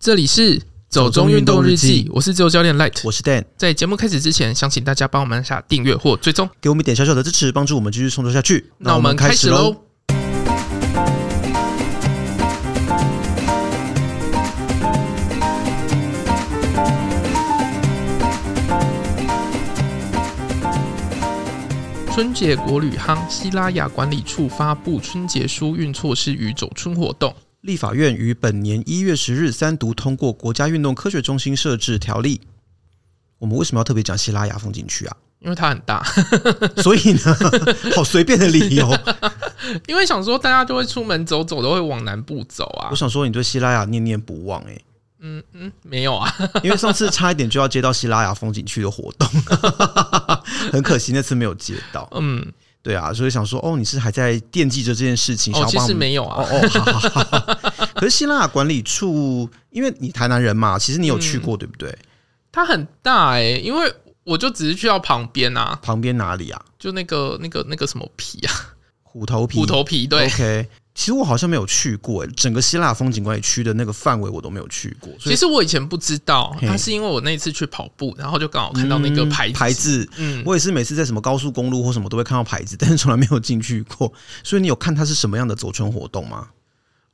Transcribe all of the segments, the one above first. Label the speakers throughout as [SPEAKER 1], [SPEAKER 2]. [SPEAKER 1] 这里是走中运动日记，我是自由教练 Light。
[SPEAKER 2] 我是 Dan，
[SPEAKER 1] 在节目开始之前，想请大家帮我们按下订阅或追踪。
[SPEAKER 2] 给我们一点小小的支持，帮助我们继续创作下去。
[SPEAKER 1] 那我们开始
[SPEAKER 2] 咯
[SPEAKER 1] 喽。。春节国旅夯，西拉雅管理处发布春节疏运措施与走春活动。
[SPEAKER 2] 立法院于本年一月十日三读通过《国家运动科学中心设置条例》。我们为什么要特别讲西拉雅风景区啊？
[SPEAKER 1] 因为它很大，
[SPEAKER 2] 所以呢， 好随便的理由。
[SPEAKER 1] 因为想说大家都会出门走走，都会往南部走啊
[SPEAKER 2] 我。想说，你对西拉雅念念不忘哎、
[SPEAKER 1] 嗯嗯，没有啊，
[SPEAKER 2] 因为上次差一点就要接到西拉雅风景区的活动， 很可惜那次没有接到。
[SPEAKER 1] 嗯，
[SPEAKER 2] 对啊，所以想说，哦，你是还在惦记着这件事情，想
[SPEAKER 1] 哦，
[SPEAKER 2] 要
[SPEAKER 1] 其
[SPEAKER 2] 帮我
[SPEAKER 1] 实
[SPEAKER 2] 们
[SPEAKER 1] 没有
[SPEAKER 2] 哦
[SPEAKER 1] 啊，
[SPEAKER 2] 哦，好好好好。 可是希腊管理处，因为你台南人嘛，其实你有去
[SPEAKER 1] 嗯
[SPEAKER 2] 过、对不对？
[SPEAKER 1] 它很大哎、因为我就只是去到旁边啊，
[SPEAKER 2] 旁边哪里啊？
[SPEAKER 1] 就那个那个那个什么皮啊，
[SPEAKER 2] 虎头皮。哦
[SPEAKER 1] 虎头皮，对，
[SPEAKER 2] OK，其实我好像没有去过、整个希腊风景管理区的那个范围我都没有去过。所
[SPEAKER 1] 其
[SPEAKER 2] 以
[SPEAKER 1] 实我以前不知道，
[SPEAKER 2] 嘿
[SPEAKER 1] 那是因为我那一次去跑步，然后就刚好看到那个
[SPEAKER 2] 嗯
[SPEAKER 1] 牌子，
[SPEAKER 2] 牌，子。
[SPEAKER 1] 嗯，
[SPEAKER 2] 我也是每次在什么高速公路或什么都会看到牌子，但是从来没有进去过。所以你有看它是什么样的走春活动吗？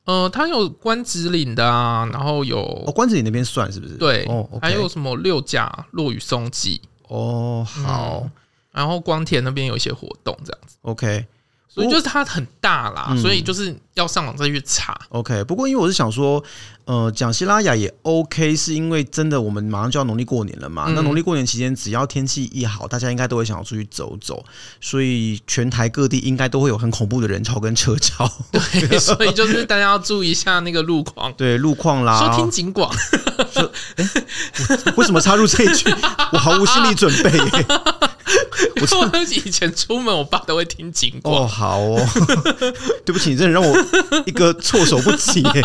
[SPEAKER 1] 呃，它有关子岭的啊，然后有、
[SPEAKER 2] 哦，关子岭那边算是不是？
[SPEAKER 1] 对，
[SPEAKER 2] 哦，OK，
[SPEAKER 1] 还有什么六甲落雨松季，
[SPEAKER 2] 哦，好、
[SPEAKER 1] 嗯然后光田那边有一些活动这样子，
[SPEAKER 2] o k
[SPEAKER 1] 所以就是它很大啦，
[SPEAKER 2] 哦嗯
[SPEAKER 1] 所以就是要上网再去查，
[SPEAKER 2] OK，不过因为我是想说，呃，讲希拉雅也 OK，是因为真的我们马上就要农历过年了嘛。
[SPEAKER 1] 嗯
[SPEAKER 2] 那农历过年期间，只要天气一好，大家应该都会想要出去走走，所以全台各地应该都会有很恐怖的人潮跟车潮，
[SPEAKER 1] 对，所以就是大家要注意一下那个路况。
[SPEAKER 2] 对路况
[SPEAKER 1] 收
[SPEAKER 2] 啦。
[SPEAKER 1] 听警广，
[SPEAKER 2] 为什么插入这一 句？我毫无心理准备耶。
[SPEAKER 1] 因 为我以前出门，我爸都会听警广。
[SPEAKER 2] 哦，好哦， 对不起，你真的让我一个措手不及 耶。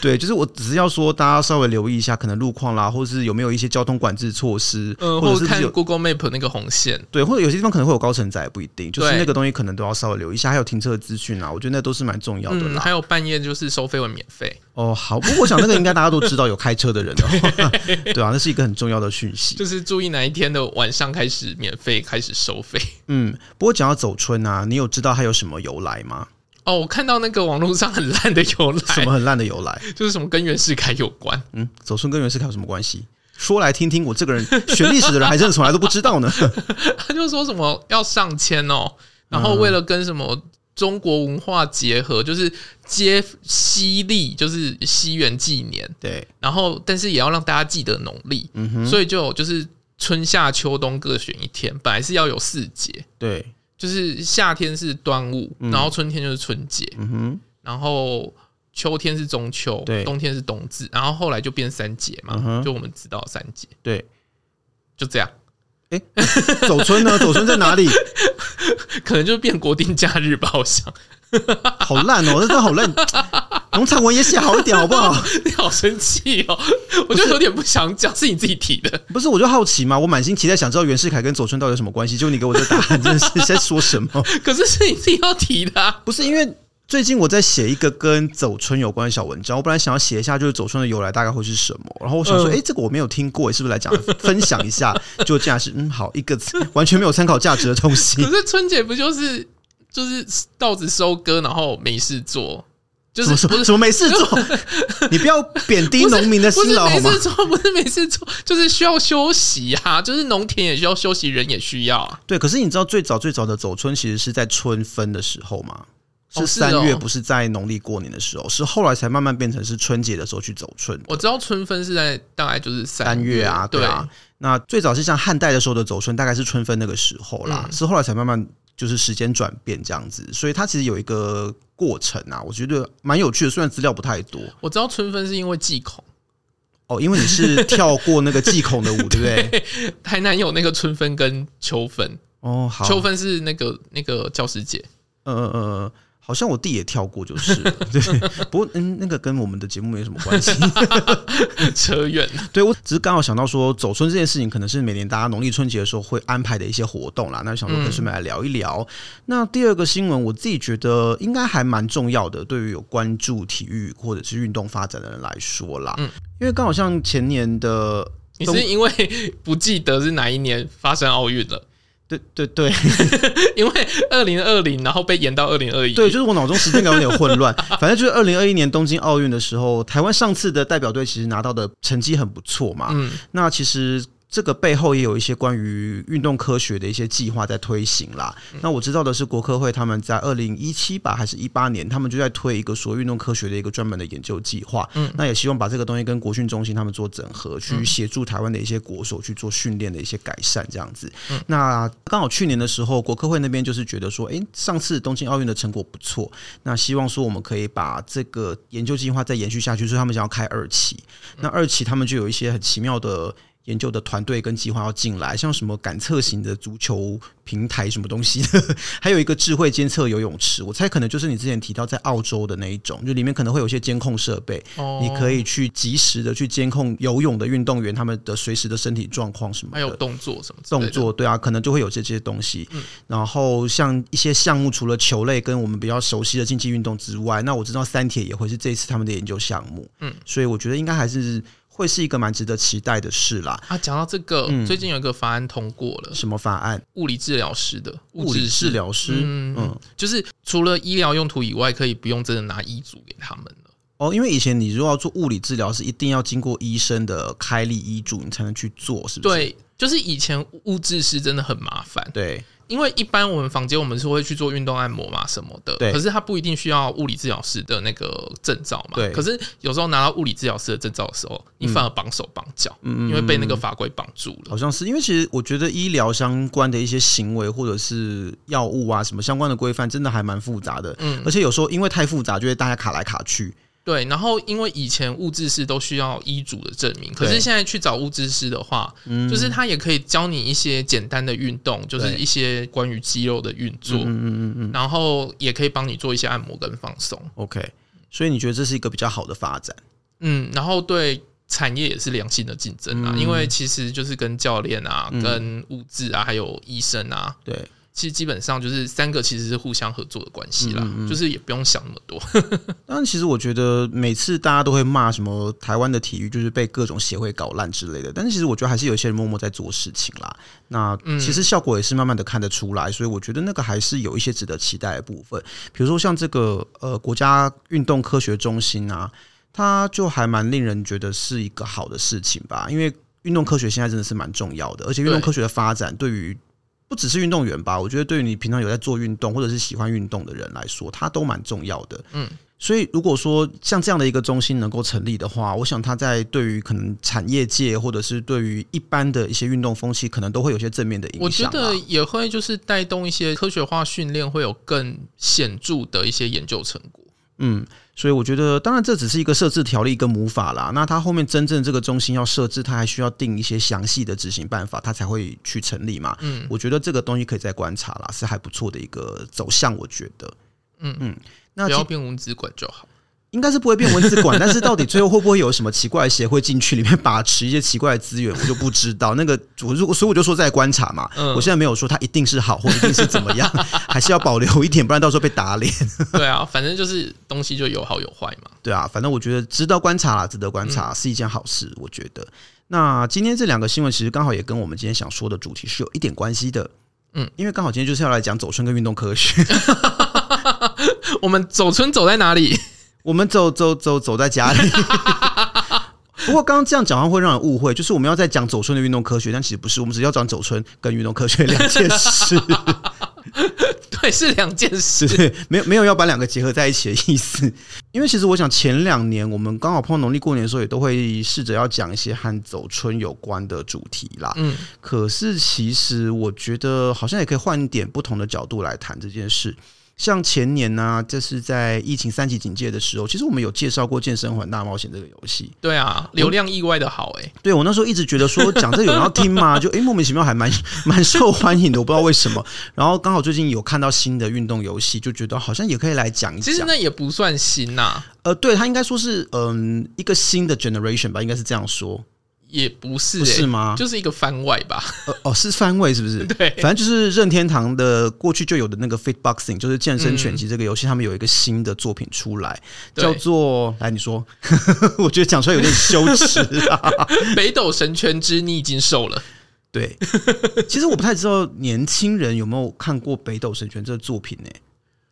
[SPEAKER 2] 对，就是我只是要说，大家稍微留意一下，可能路况啦，或是有没有一些交通管制措施，
[SPEAKER 1] 嗯，
[SPEAKER 2] 或
[SPEAKER 1] 或
[SPEAKER 2] 者
[SPEAKER 1] 者
[SPEAKER 2] 是不是
[SPEAKER 1] 看
[SPEAKER 2] 有
[SPEAKER 1] Google Map 那个红线，
[SPEAKER 2] 对，或者有些地方可能会有高承载，不一定，就是
[SPEAKER 1] 对
[SPEAKER 2] 那个东西可能都要稍微留意一下。还有停车的资讯啊，我觉得那都是蛮重要的
[SPEAKER 1] 嗯，
[SPEAKER 2] 啦。
[SPEAKER 1] 还有半夜就是收费文免费，
[SPEAKER 2] 哦，好，不过我想那个应该大家都知道，有开车的人的话， 对啊，那是一个很重要的讯息。
[SPEAKER 1] 就是注意哪一天的晚上开始免费开始收费。
[SPEAKER 2] 嗯，不过讲到走春啊，你有知道它有什么由来吗？
[SPEAKER 1] 哦，我看到那个网络上很烂的由
[SPEAKER 2] 什
[SPEAKER 1] 来，
[SPEAKER 2] 么很烂的由来？
[SPEAKER 1] 就是什么跟袁世凯有关。
[SPEAKER 2] 嗯，走春跟袁世凯有什么关系？说来听听，我这个人学历史的人还真的从来都不知道呢。
[SPEAKER 1] 他就说什么要上千
[SPEAKER 2] 嗯
[SPEAKER 1] 哦，然后为了跟什么中国文化结合，就是接西历，就是西元纪年，
[SPEAKER 2] 对，
[SPEAKER 1] 然后但是也要让大家记得农历，
[SPEAKER 2] 嗯哼，
[SPEAKER 1] 所以就有就是春夏秋冬各选一天，本来是要有四节，
[SPEAKER 2] 对，
[SPEAKER 1] 就是夏天是端午，然后春天就是春节，
[SPEAKER 2] 嗯哼，
[SPEAKER 1] 然后秋天是中秋，
[SPEAKER 2] 对
[SPEAKER 1] 冬天是冬至，然后后来就变三节嘛，
[SPEAKER 2] 嗯哼
[SPEAKER 1] 就我们知道的三节，
[SPEAKER 2] 对。
[SPEAKER 1] 就这样，
[SPEAKER 2] 走春呢？走春在哪里？
[SPEAKER 1] 可能就变国定假日吧，我想。
[SPEAKER 2] 好烂哦，那真的好烂。农场文也写好一点好不好？
[SPEAKER 1] 你好生气哦，我就有点不想讲，是你自己提的。
[SPEAKER 2] 不是，我就好奇嘛，我满心期待想知道袁世凯跟左春到底有什么关系，就你给我这个答案，真的是在说 什么？
[SPEAKER 1] 可是是你自己要提的、啊，
[SPEAKER 2] 不是因为最近我在写一个跟走春有关的小文章，我本来想要写一下就是走春的由来大概会是什么，然后我想说，
[SPEAKER 1] 嗯
[SPEAKER 2] 诶，这个我没有听过，是不是来讲分享一下？就竟然是嗯，好一个完全没有参考价值的东西
[SPEAKER 1] 可。是春节不就是就是稻子收割，然后没事做，就
[SPEAKER 2] 什么
[SPEAKER 1] 是
[SPEAKER 2] 什
[SPEAKER 1] 不
[SPEAKER 2] 么
[SPEAKER 1] 是
[SPEAKER 2] 什么没事做？你不要贬低农民的
[SPEAKER 1] 不
[SPEAKER 2] 辛
[SPEAKER 1] 是
[SPEAKER 2] 劳好
[SPEAKER 1] 没
[SPEAKER 2] 吗？
[SPEAKER 1] 事做，不是没事做，就是需要休息啊，就是农田也需要休息，人也需要啊。
[SPEAKER 2] 对，可是你知道最早最早的走春其实是在春分的时候吗？
[SPEAKER 1] 哦
[SPEAKER 2] 是
[SPEAKER 1] 是哦
[SPEAKER 2] 三月，不是在农历过年的时候，是后来才慢慢变成是春节的时候去走春。
[SPEAKER 1] 我知道春分是在大概就是
[SPEAKER 2] 三
[SPEAKER 1] 月
[SPEAKER 2] 月啊，
[SPEAKER 1] 对
[SPEAKER 2] 对啊，，那最早是像汉代的时候的走春，大概是春分那个时候啦，
[SPEAKER 1] 嗯
[SPEAKER 2] 是后来才慢慢就是时间转变这样子，所以它其实有一个过程啊，我觉得蛮有趣的，虽然资料不太多
[SPEAKER 1] 我知道春分是因为祭孔，
[SPEAKER 2] 哦，因为你是跳过那个祭孔的舞，对不对？
[SPEAKER 1] 台南有那个春分跟秋分，
[SPEAKER 2] 哦，好，
[SPEAKER 1] 秋分是那个那个教师节。
[SPEAKER 2] 呃呃呃，好像我弟也跳过，就是了 对。不过嗯，那个跟我们的节目没什么关系。
[SPEAKER 1] 扯远了。
[SPEAKER 2] 对我只是刚好想到说，走春这件事情可能是每年大家农历春节的时候会安排的一些活动啦。那想说跟顺便来聊一聊。那第二个新闻，我自己觉得应该还蛮重要的，对于有关注体育或者是运动发展的人来说啦。
[SPEAKER 1] 嗯
[SPEAKER 2] 因为刚好像前年的。
[SPEAKER 1] 你
[SPEAKER 2] 东
[SPEAKER 1] 是因为不记得是哪一年发生奥运了？
[SPEAKER 2] 对对对
[SPEAKER 1] 因为二零二零，然后被延到二零二一。
[SPEAKER 2] 对，就是我脑中时间感有点混乱。 反正就是二零二一年东京奥运的时候，台湾上次的代表队其实拿到的成绩很不错嘛。
[SPEAKER 1] 嗯，
[SPEAKER 2] 那其实这个背后也有一些关于运动科学的一些计划在推行啦。
[SPEAKER 1] 嗯
[SPEAKER 2] 那我知道的是，国科会他们在二零一七吧还是一八年，他们就在推一个所谓运动科学的一个专门的研究计划。
[SPEAKER 1] 嗯
[SPEAKER 2] 那也希望把这个东西跟国训中心他们做整合，去协助台湾的一些国手去做训练的一些改善，这样子。那刚好去年的时候，国科会那边就是觉得说，诶，上次东京奥运的成果不错，那希望说我们可以把这个研究计划再延续下去，所以他们想要开二期。那二期他们就有一些很奇妙的研究的团队跟计划要进来，像什么感测型的足球平台什么东西的，还有一个智慧监测游泳池，我猜可能就是你之前提到在澳洲的那一种，就里面可能会有一些监控设备，
[SPEAKER 1] 哦
[SPEAKER 2] 你可以去及时的去监控游泳的运动员他们的随时的身体状况什么
[SPEAKER 1] 还有
[SPEAKER 2] 的。
[SPEAKER 1] 动作什么之类
[SPEAKER 2] 动
[SPEAKER 1] 的嗯
[SPEAKER 2] 作对啊，可能就会有这些东西。然后像一些项目，除了球类跟我们比较熟悉的竞技运动之外，那我知道三铁也会是这一次他们的研究项目。
[SPEAKER 1] 嗯
[SPEAKER 2] 嗯，所以我觉得应该还是会是一个蛮值得期待的事啦。
[SPEAKER 1] 啊。讲到这个，
[SPEAKER 2] 嗯
[SPEAKER 1] 最近有一个法案通过了，
[SPEAKER 2] 什么法案？
[SPEAKER 1] 物理治疗师的
[SPEAKER 2] 物理治疗师？
[SPEAKER 1] 嗯
[SPEAKER 2] 嗯
[SPEAKER 1] 就是除了医疗用途以外，可以不用真的拿医嘱给他们了。
[SPEAKER 2] 哦，因为以前你如果要做物理治疗，是一定要经过医生的开立医嘱，你才能去做，是不是？
[SPEAKER 1] 对，就是以前物质师真的很麻烦，
[SPEAKER 2] 对
[SPEAKER 1] 因为一般我们房间我们是会去做运动按摩嘛什么的，
[SPEAKER 2] 对
[SPEAKER 1] 可是他不一定需要物理治疗师的那个证照嘛。
[SPEAKER 2] 对
[SPEAKER 1] 可是有时候拿到物理治疗师的证照的时候，你反而绑手绑脚，
[SPEAKER 2] 嗯
[SPEAKER 1] 因为被那个法规绑住了。
[SPEAKER 2] 好像是因为其实我觉得医疗相关的一些行为或者是药物啊什么相关的规范，真的还蛮复杂的。
[SPEAKER 1] 嗯
[SPEAKER 2] 而且有时候因为太复杂，就会大家卡来卡去。
[SPEAKER 1] 对，然后因为以前物质师都需要医嘱的证明，可是
[SPEAKER 2] 对
[SPEAKER 1] 现在去找物质师的话，
[SPEAKER 2] 嗯
[SPEAKER 1] 就是他也可以教你一些简单的运动，就是
[SPEAKER 2] 对
[SPEAKER 1] 一些关于肌肉的运作，
[SPEAKER 2] 嗯嗯嗯嗯
[SPEAKER 1] 然后也可以帮你做一些按摩跟放松。
[SPEAKER 2] ，OK。所以你觉得这是一个比较好的发展？
[SPEAKER 1] 嗯，然后对产业也是良性的竞争
[SPEAKER 2] 嗯
[SPEAKER 1] 啊，因为其实就是跟教练啊、跟物质啊，还有医生啊。
[SPEAKER 2] 对，
[SPEAKER 1] 其实基本上就是三个其实是互相合作的关系啦，
[SPEAKER 2] 嗯
[SPEAKER 1] 就是也不用想那么多。
[SPEAKER 2] 但其实我觉得每次大家都会骂什么台湾的体育就是被各种协会搞烂之类的，但是其实我觉得还是有一些人默默在做事情啦。那其实效果也是慢慢的看得出来，所以我觉得那个还是有一些值得期待的部分。比如说像这个呃国家运动科学中心啊，它就还蛮令人觉得是一个好的事情吧，因为运动科学现在真的是蛮重要的，而且运动
[SPEAKER 1] 对
[SPEAKER 2] 科学的发展对于不只是运动员吧，我觉得对于你平常有在做运动或者是喜欢运动的人来说，它都蛮重要的。
[SPEAKER 1] 嗯，
[SPEAKER 2] 所以如果说像这样的一个中心能够成立的话，我想它在对于可能产业界或者是对于一般的一些运动风气，可能都会有些正面的
[SPEAKER 1] 我
[SPEAKER 2] 影
[SPEAKER 1] 觉
[SPEAKER 2] 响啊啦。
[SPEAKER 1] 得也会就是带动一些科学化训练，会有更显著的一些研究成果。
[SPEAKER 2] 嗯，所以我觉得，当然这只是一个设置条例跟母法啦。那它后面真正这个中心要设置，它还需要定一些详细的执行办法，它才会去成立嘛。
[SPEAKER 1] 嗯，
[SPEAKER 2] 我觉得这个东西可以再观察啦，是还不错的一个走向，我觉得。
[SPEAKER 1] 嗯
[SPEAKER 2] 嗯，那
[SPEAKER 1] 不
[SPEAKER 2] 其
[SPEAKER 1] 要变文字管就 好。
[SPEAKER 2] 应该是不会变文字馆， 但是到底最后会不会有什么奇怪的协会进去里面把持一些奇怪的资源，我就不知道。那个我如果所以我就说在观察嘛，
[SPEAKER 1] 嗯
[SPEAKER 2] 我现在没有说它一定是好或一定是怎么 样，还是要保留一点，不然到时候被打脸。
[SPEAKER 1] 对啊，反正就是东西就有好有坏嘛。
[SPEAKER 2] 对啊，反正我觉得值得观察啦，值得观察是一件好事，我觉得。那今天这两个新闻其实刚好也跟我们今天想说的主题是有一点关系的，
[SPEAKER 1] 嗯，
[SPEAKER 2] 因为刚好今天就是要来讲走春跟运动科学。
[SPEAKER 1] 我们走村走在哪里？
[SPEAKER 2] 我们走走走走在家里。 不过刚刚这样讲话会让人误会，就是我们要在讲走春的运动科学，但其实不是，我们只是要讲走春跟运动科学两件事，
[SPEAKER 1] 对，是两件
[SPEAKER 2] 对
[SPEAKER 1] 事。
[SPEAKER 2] 不对？没有没有要把两个结合在一起的意思。因为其实我想前两年我们刚好碰到农历过年的时候，也都会试着要讲一些和走春有关的主题啦。
[SPEAKER 1] 嗯，
[SPEAKER 2] 可是其实我觉得好像也可以换一点不同的角度来谈这件事。像前年呢、这是在疫情三级警戒的时候，其实我们有介绍过健身环大冒险这个游戏。
[SPEAKER 1] 对啊，流量意外的好哎、
[SPEAKER 2] 对我那时候一直觉得说讲这有人要听吗？ 就诶莫名其妙还蛮蛮受欢迎的，我不知道为什么。然后刚好最近有看到新的运动游戏，就觉得好像也可以来讲一
[SPEAKER 1] 其实
[SPEAKER 2] 讲。
[SPEAKER 1] 那也不算啊新呐、
[SPEAKER 2] 呃，对，它应该说是嗯一个新的 generation 吧，应该是这样说，
[SPEAKER 1] 也不是、
[SPEAKER 2] 不
[SPEAKER 1] 欸，
[SPEAKER 2] 是吗？
[SPEAKER 1] 就是一个番外吧。
[SPEAKER 2] 呃哦，是番位是不是？
[SPEAKER 1] 对，
[SPEAKER 2] 反正就是任天堂的过去就有的那个 Fit Boxing，就是健身拳击这个游戏，他们有一个新的作品出来，
[SPEAKER 1] 嗯对
[SPEAKER 2] 叫做来你说， 我觉得讲出来有点羞耻啊。
[SPEAKER 1] 北斗神拳之你已经瘦了，
[SPEAKER 2] 对， 其实我不太知道年轻人有没有看过《北斗神拳》这个作品呢、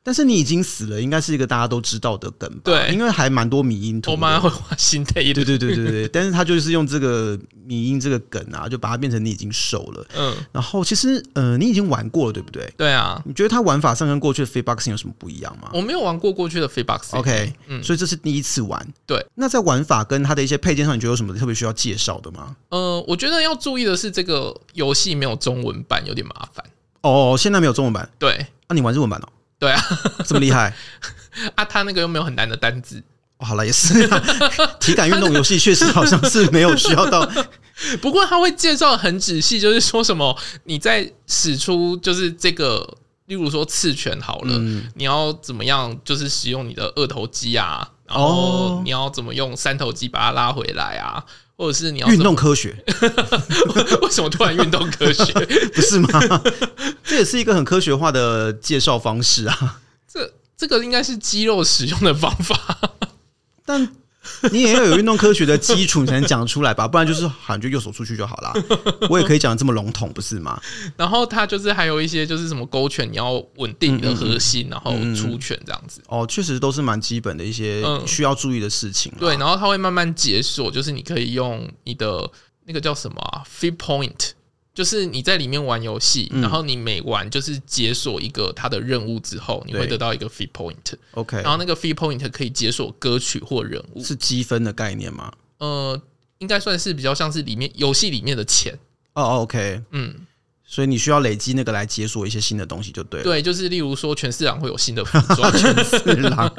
[SPEAKER 2] 但是你已经死了，应该是一个大家都知道的梗吧？
[SPEAKER 1] 对
[SPEAKER 2] 因为还蛮多迷因图
[SPEAKER 1] 我
[SPEAKER 2] 的。
[SPEAKER 1] 妈会画心的一
[SPEAKER 2] 对
[SPEAKER 1] 堆。
[SPEAKER 2] 对对对对， 但是他就是用这个迷因这个梗啊，就把它变成你已经瘦了。
[SPEAKER 1] 嗯，
[SPEAKER 2] 然后其实，呃，你已经玩过了，对不对？
[SPEAKER 1] 对啊，
[SPEAKER 2] 你觉得它玩法上跟过去的 Fit Boxing 有什么不一样吗
[SPEAKER 1] 我没有玩过过去的 f e e b o x
[SPEAKER 2] ？OK，、
[SPEAKER 1] 嗯
[SPEAKER 2] 所以这是第一次玩。
[SPEAKER 1] 对，
[SPEAKER 2] 那在玩法跟它的一些配件上，你觉得有什么特别需要介绍的吗？
[SPEAKER 1] 呃，我觉得要注意的是，这个游戏没有中文版，有点麻烦。
[SPEAKER 2] 哦，现在没有中文版，
[SPEAKER 1] 对
[SPEAKER 2] 那、你玩日文版哦？
[SPEAKER 1] 对啊，
[SPEAKER 2] 这么 厉害。
[SPEAKER 1] 啊，它那个又没有很难的单字，
[SPEAKER 2] 哦好了，也是啊、体感运动游戏确实好像是没有需 要到，
[SPEAKER 1] 不过他会介绍得很仔细，就是说什么你在使出就是这个，例如说刺拳好了，
[SPEAKER 2] 嗯
[SPEAKER 1] 你要怎么样，就是使用你的二头肌啊，然后
[SPEAKER 2] 哦
[SPEAKER 1] 你要怎么用三头肌把它拉回来啊，或者是你要
[SPEAKER 2] 运
[SPEAKER 1] 怎么
[SPEAKER 2] 动科学
[SPEAKER 1] 为什么突然运动科学？
[SPEAKER 2] 不是吗？ 这也是一个很科学化的介绍方式啊。
[SPEAKER 1] 这这个应该是肌肉使用的方法。
[SPEAKER 2] 但你也要有运动科学的基础，你才能讲出来吧？不然就是喊就右手出去就好啦。我也可以讲得这么笼统，不是吗？
[SPEAKER 1] 然后它就是还有一些就是什么勾拳，你要稳定你
[SPEAKER 2] 嗯
[SPEAKER 1] 的核心，然后出拳这样子。
[SPEAKER 2] 哦，确实都是蛮基本的一些
[SPEAKER 1] 嗯
[SPEAKER 2] 需要注意的事情啦。
[SPEAKER 1] 对，然后它会慢慢解锁，就是你可以用你的那个叫什么啊，Free Point，就是你在里面玩游戏，
[SPEAKER 2] 嗯
[SPEAKER 1] 然后你每玩就是解锁一个它的任务之后，你会
[SPEAKER 2] 对
[SPEAKER 1] 得到一个 Free Point，
[SPEAKER 2] ，OK，
[SPEAKER 1] 然后那个 Free Point 可以解锁歌曲或人物，
[SPEAKER 2] 是积分的概念吗？
[SPEAKER 1] 呃，应该算是比较像是里面游戏里面的钱，
[SPEAKER 2] 哦哦，OK，
[SPEAKER 1] 嗯，
[SPEAKER 2] 所以你需要累积那个来解锁一些新的东西就对了。
[SPEAKER 1] 对，就是例如说全市场会有新的服装，
[SPEAKER 2] 是啦，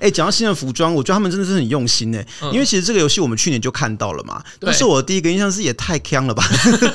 [SPEAKER 2] 哎、讲到新的服装，我觉得他们真的是很用心呢、欸因为其实这个游戏我们去年就看到了嘛，
[SPEAKER 1] 对
[SPEAKER 2] 但是我的第一个印象是也太坑了吧，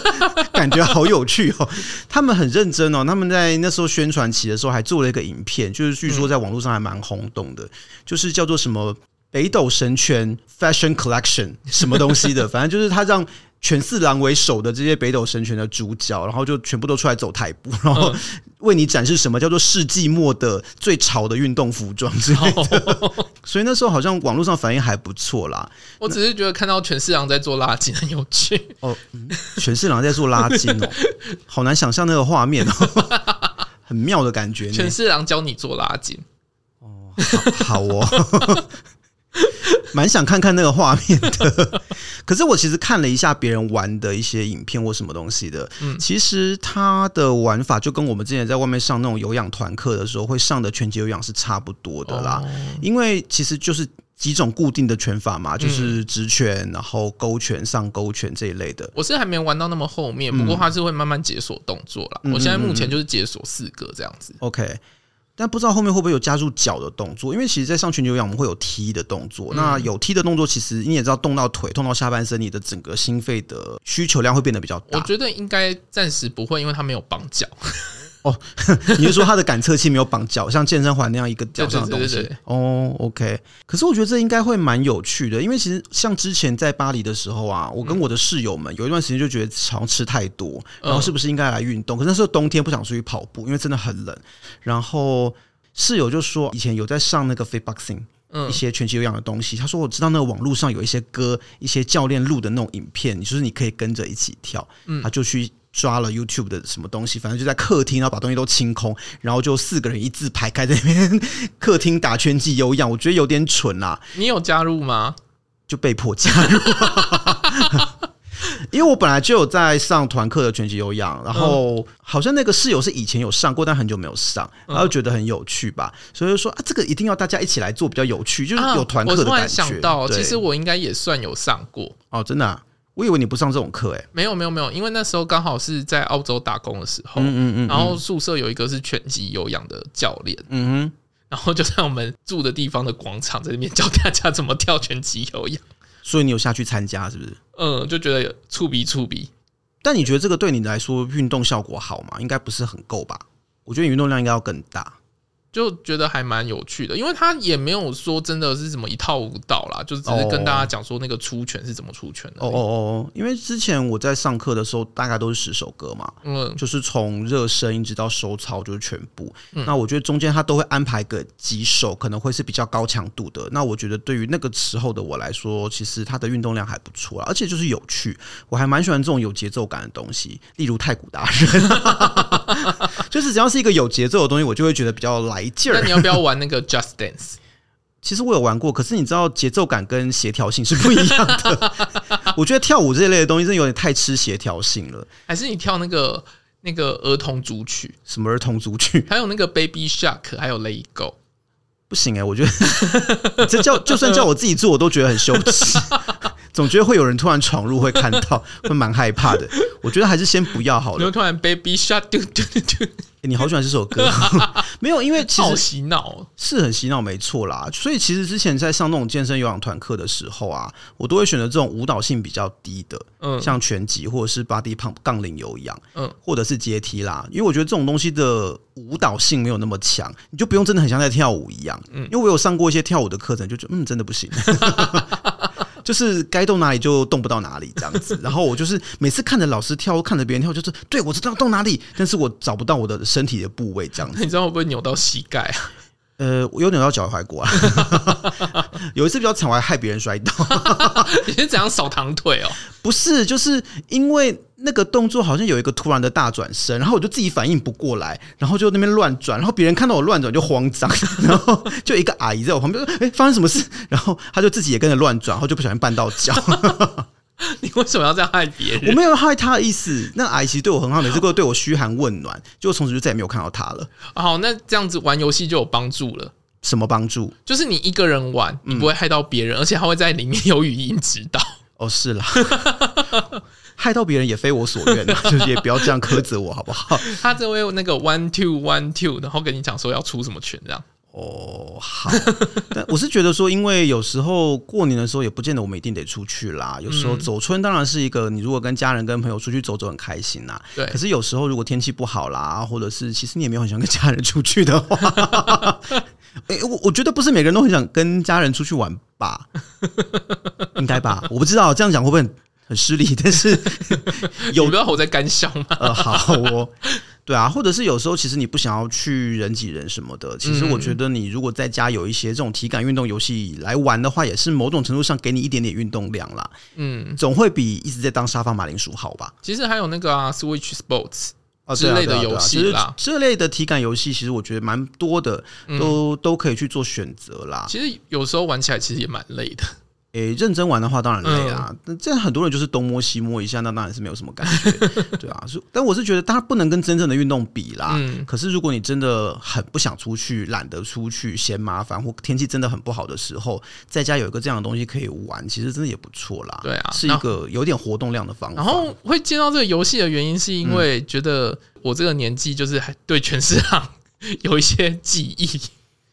[SPEAKER 2] 感觉好有趣哦。他们很认真哦，他们在那时候宣传期的时候还做了一个影片，就是据说在网络上还蛮轰动的，就是叫做什么。北斗神拳 Fashion Collection 什么东西的，反正就是他让全四郎为首的这些北斗神拳的主角，然后就全部都出来走台步，然后为你展示什么叫做世纪末的最潮的运动服装之类的。 所以那时候好像网络上反应还不错啦。
[SPEAKER 1] 我只是觉得看到全市场在做垃圾很有趣，
[SPEAKER 2] 哦，嗯全市郎在做拉筋哦，好难想象那个画面哦， 很妙的感觉呢。
[SPEAKER 1] 全市场教你做垃圾，
[SPEAKER 2] 好哦， 蛮想看看那个画面的。 可是我其实看了一下别人玩的一些影片或什么东西的，其实它的玩法就跟我们之前在外面上那种有氧团课的时候会上的拳击有氧是差不多的啦，因为其实就是。几种固定的拳法嘛，就是直拳，然后勾拳、上勾拳这一类的。
[SPEAKER 1] 我是还没玩到那么后面，不过它是会慢慢解锁动作啦。
[SPEAKER 2] 嗯
[SPEAKER 1] 我现在目前就是解锁四个这样子。
[SPEAKER 2] OK，但不知道后面会不会有加入脚的动作，因为其实，在上拳击有氧我们会有踢的动作。
[SPEAKER 1] 嗯
[SPEAKER 2] 那有踢的动作，其实你也知道，动到腿、动到下半身，你的整个心肺的需求量会变得比较
[SPEAKER 1] 我
[SPEAKER 2] 大。
[SPEAKER 1] 觉得应该暂时不会，因为它没有绑脚。
[SPEAKER 2] 你是说它的感测器没有绑脚，像健身环那样一个脚上的东
[SPEAKER 1] 对对对
[SPEAKER 2] 西
[SPEAKER 1] 对？
[SPEAKER 2] 哦，OK。可是我觉得这应该会蛮有趣的，因为其实像之前在巴黎的时候啊，我跟我的室友们有一段时间就觉得好像吃太多，然后是不是应该来运动？可是那时候冬天不想出去跑步，因为真的很冷。然后室友就说，以前有在上那个 fit boxing。
[SPEAKER 1] 嗯
[SPEAKER 2] 一些拳击有氧的东西。他说我知道那个网络上有一些歌，一些教练录的那种影片，就是你可以跟着一起跳。他就去抓了 YouTube 的什么东西，反正就在客厅，然后把东西都清空，然后就四个人一字排开在那边客厅打拳击有氧，我觉得有点蠢啊啦、
[SPEAKER 1] 你有加入吗？
[SPEAKER 2] 就被迫加入。 因为我本来就有在上团课的拳击有氧，
[SPEAKER 1] 嗯
[SPEAKER 2] 然后好像那个室友是以前有上过，但很久没有上，然后觉得很有趣吧，所以就说啊，这个一定要大家一起来做比较有趣，就是有团
[SPEAKER 1] 啊
[SPEAKER 2] 课
[SPEAKER 1] 我
[SPEAKER 2] 的
[SPEAKER 1] 突
[SPEAKER 2] 感
[SPEAKER 1] 然
[SPEAKER 2] 觉。
[SPEAKER 1] 想到，
[SPEAKER 2] 对
[SPEAKER 1] 其实我应该也算有上过，
[SPEAKER 2] 哦，真的啊、我以为你不上这种课，哎，
[SPEAKER 1] 没有没有没有，因为那时候刚好是在澳洲打工的时候，
[SPEAKER 2] 嗯嗯嗯，
[SPEAKER 1] 哦然后宿舍有一个是拳击有氧的教练，
[SPEAKER 2] 嗯哼，
[SPEAKER 1] 然后就在我们住的地方的广场在那边教大家怎么跳拳击有氧。
[SPEAKER 2] 所以你有下去参加是不是？
[SPEAKER 1] 嗯，就觉得有触鼻触鼻。
[SPEAKER 2] 但你觉得这个对你来说运动效果好吗？应该不是很够吧？我觉得你运动量应该要更大。
[SPEAKER 1] 就觉得还蛮有趣的，因为他也没有说真的是什么一套舞蹈啦，就只是跟大家讲说那个出拳是怎么出拳的。
[SPEAKER 2] 哦哦哦，因为之前我在上课的时候，大概都是十首歌嘛，
[SPEAKER 1] 嗯，
[SPEAKER 2] 就是从热身一直到收操，就是全部。那我觉得中间他都会安排个几首，可能会是比较高强度的。那我觉得对于那个时候的我来说，其实它的运动量还不错啦，而且就是有趣，我还蛮喜欢这种有节奏感的东西，例如太鼓达人， 就是只要是一个有节奏的东西，我就会觉得比较来劲
[SPEAKER 1] 那
[SPEAKER 2] 儿。
[SPEAKER 1] 你要不要玩那个 Just Dance？
[SPEAKER 2] 其实我有玩过，可是你知道节奏感跟协调性是不一样的。 我觉得跳舞这类的东西真的有点太吃协调性了，
[SPEAKER 1] 还是你跳那个那个儿童组曲？
[SPEAKER 2] 什么儿童族群。
[SPEAKER 1] 还有那个 Baby Shark，还有 Let It Go。
[SPEAKER 2] 不行哎、我觉得这叫就算叫我自己做，我都觉得很羞耻。 总觉得会有人突然闯入，会看到，会蛮害怕的。我觉得还是先不要好
[SPEAKER 1] 你
[SPEAKER 2] 了。
[SPEAKER 1] 会突然 Baby Shark，丢丢丢，
[SPEAKER 2] 欸你好喜欢这首歌， 没有？因为其
[SPEAKER 1] 好
[SPEAKER 2] 实
[SPEAKER 1] 洗脑哦。
[SPEAKER 2] 是很洗脑，没错啦。所以其实之前在上那种健身有氧团课的时候啊，我都会选择这种舞蹈性比较低的，
[SPEAKER 1] 嗯
[SPEAKER 2] 像拳击或者是 body pump 杠铃有氧，
[SPEAKER 1] 嗯
[SPEAKER 2] 嗯，或者是阶梯啦，因为我觉得这种东西的舞蹈性没有那么强，你就不用真的很像在跳舞一样，因为我有上过一些跳舞的课程，就觉得嗯，真的不行。 就是该动哪里就动不到哪里这样子，然后我就是每次看着老师跳，看着别人跳，就是对我知道动哪里，但是我找不到我的身体的部位这样子
[SPEAKER 1] 那。你知道会不会扭到膝盖啊？
[SPEAKER 2] 呃，我有扭到脚踝过啊，啊 有一次比较惨，我还害别人摔倒。
[SPEAKER 1] 你是怎样扫堂腿哦？
[SPEAKER 2] 不是，就是因为那个动作好像有一个突然的大转身，然后我就自己反应不过来，然后就那边乱转，然后别人看到我乱转就慌张，然后就一个阿姨在我旁边说：“哎、发生什么事？”然后她就自己也跟着乱转，然后就不小心绊到脚。
[SPEAKER 1] 你为什么要这样害别
[SPEAKER 2] 我
[SPEAKER 1] 人？
[SPEAKER 2] 没有害她的意思，那阿姨其实对我很好，每次都对我嘘寒问暖，就从此就再也没有看到她了。
[SPEAKER 1] 好，那这样子玩游戏就有帮助了。
[SPEAKER 2] 什么帮助？
[SPEAKER 1] 就是你一个人玩，你
[SPEAKER 2] 嗯
[SPEAKER 1] 不会害到别人，而且他会在里面有语音指导。
[SPEAKER 2] 哦，是啦， 害到别人也非我所愿啊，就是也不要这样苛责我好不好？
[SPEAKER 1] 他只会那个 one two one two，然后跟你讲说要出什么拳这样。
[SPEAKER 2] 哦，好， 但我是觉得说，因为有时候过年的时候也不见得我们一定得出去啦。有时候走春当然是一个，你如果跟家人跟朋友出去走走很开心啦。
[SPEAKER 1] 对
[SPEAKER 2] 可是有时候如果天气不好啦，或者是其实你也没有很想跟家人出去的话，诶我我觉得不是每个人都很想跟家人出去玩吧？应该吧？我不知道这样讲会不会很很失礼，但是有
[SPEAKER 1] 你不要我在干笑 吗？
[SPEAKER 2] 呃，好哦，对啊，或者是有时候其实你不想要去人挤人什么的，其实我
[SPEAKER 1] 嗯
[SPEAKER 2] 觉得你如果在家有一些这种体感运动游戏来玩的话，也是某种程度上给你一点点运动量啦，
[SPEAKER 1] 嗯，
[SPEAKER 2] 总会比一直在当沙发马铃薯好吧？
[SPEAKER 1] 其实还有那个啊，Switch Sports，
[SPEAKER 2] 啊，
[SPEAKER 1] 哦之
[SPEAKER 2] 对啊
[SPEAKER 1] 类的
[SPEAKER 2] 对啊对啊
[SPEAKER 1] 游戏
[SPEAKER 2] 其实
[SPEAKER 1] 啦嗯
[SPEAKER 2] 这类的体感游戏，其实我觉得蛮多的，都、都可以去做选择啦。
[SPEAKER 1] 其实有时候玩起来其实也蛮累的。
[SPEAKER 2] 诶、认真玩的话当然累啊，
[SPEAKER 1] 嗯
[SPEAKER 2] 那、这样很多人就是东摸西摸一下，那当然是没有什么感 觉，对啊。是，但我是觉得它不能跟真正的运动比啦。
[SPEAKER 1] 嗯
[SPEAKER 2] 可是如果你真的很不想出去、懒得出去、嫌麻烦，或天气真的很不好的时候，在家有一个这样的东西可以玩，其实真的也不错啦。
[SPEAKER 1] 对啊
[SPEAKER 2] 是一个有点活动量的方法。
[SPEAKER 1] 然后会接到这个游戏的原因，是因为觉得我这个年纪就是还对全市场 有一些记忆。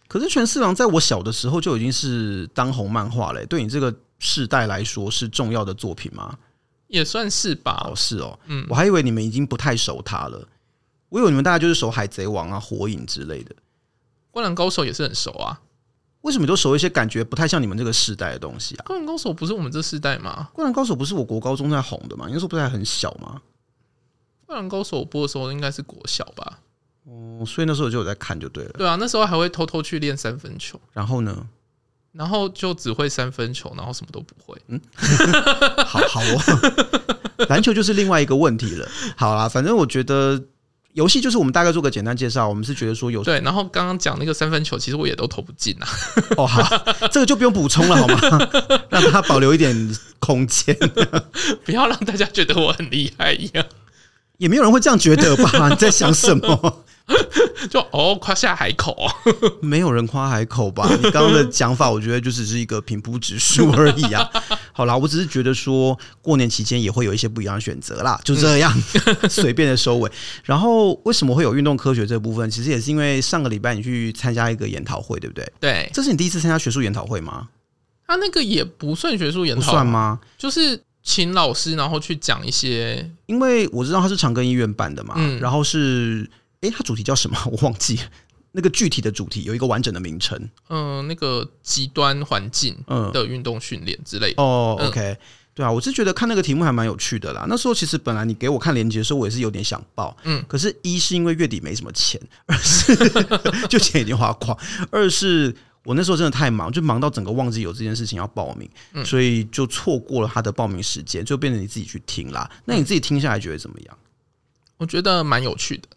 [SPEAKER 2] 可是全四郎在我小的时候就已经是当红漫画嘞、对你这个世代来说是重要的作品吗？
[SPEAKER 1] 也算是吧
[SPEAKER 2] 哦，，是哦，
[SPEAKER 1] 嗯
[SPEAKER 2] 我还以为你们已经不太熟他了，我以为你们大概就是熟海贼王啊、火影之类
[SPEAKER 1] 《
[SPEAKER 2] 的。
[SPEAKER 1] 灌篮高手》也是很熟啊，
[SPEAKER 2] 为什么你都熟一些感觉不太像你们这个世代的东西啊
[SPEAKER 1] 《？灌篮高手》不是我们这世代吗？
[SPEAKER 2] 灌篮高手不是我国高中在红的嘛？你那时候不是还很小吗？
[SPEAKER 1] 《灌篮高手》我播的时候应该是国小吧？
[SPEAKER 2] 哦，所以那时候就有在看就对了。
[SPEAKER 1] 对啊，那时候还会偷偷去练三分球，
[SPEAKER 2] 然后呢？
[SPEAKER 1] 然后就只会三分球，然后什么都不会。
[SPEAKER 2] 好好哦，篮球就是另外一个问题了。好啦，反正我觉得游戏就是我们大概做个简单介绍，我们是觉得说有
[SPEAKER 1] 对，然后刚刚讲那个三分球，其实我也都投不进啊。
[SPEAKER 2] 哦好，这个就不用补充了好吗？ 让它保留一点空间。
[SPEAKER 1] 不要让大家觉得我很厉害一样。
[SPEAKER 2] 也没有人会这样觉得吧？你在想什么？
[SPEAKER 1] 就哦，夸下海口哦，
[SPEAKER 2] 没有人夸海口吧？ 你刚刚的讲法，我觉得就只是一个平铺直述而已 啊。好啦，我只是觉得说过年期间也会有一些不一样的选择啦，就 这样随、便的收尾。然后为什么会有运动科学这部分？其实也是因为上个礼拜你去参加一个研讨会，对不对？
[SPEAKER 1] 对
[SPEAKER 2] 这是你第一次参加学术研讨会吗？
[SPEAKER 1] 他那个也不算学术研
[SPEAKER 2] 不
[SPEAKER 1] 讨，啊
[SPEAKER 2] 算吗？
[SPEAKER 1] 就是请老师然后去讲一些
[SPEAKER 2] 因为我知道它是长庚医院办的嘛，
[SPEAKER 1] 嗯
[SPEAKER 2] 然后是诶，它主题叫什么？ 我忘记了那个具体的主题有一个完整的名称。
[SPEAKER 1] 嗯、那个极端环境
[SPEAKER 2] 嗯，
[SPEAKER 1] 的运动训练之类的。
[SPEAKER 2] 哦、
[SPEAKER 1] 嗯
[SPEAKER 2] o k 对啊，我是觉得看那个题目还蛮有趣的啦。那时候其实本来你给我看链接的时候，我也是有点想报，
[SPEAKER 1] 嗯
[SPEAKER 2] 嗯，可是一是因为月底没什么钱，二是就钱已经花光，二是我那时候真的太忙，就忙到整个忘记有这件事情要报名，所以就错过了他的报名时间，就变成你自己去听啦。那你自己听下来觉得怎么样？
[SPEAKER 1] 我觉得蛮有趣的。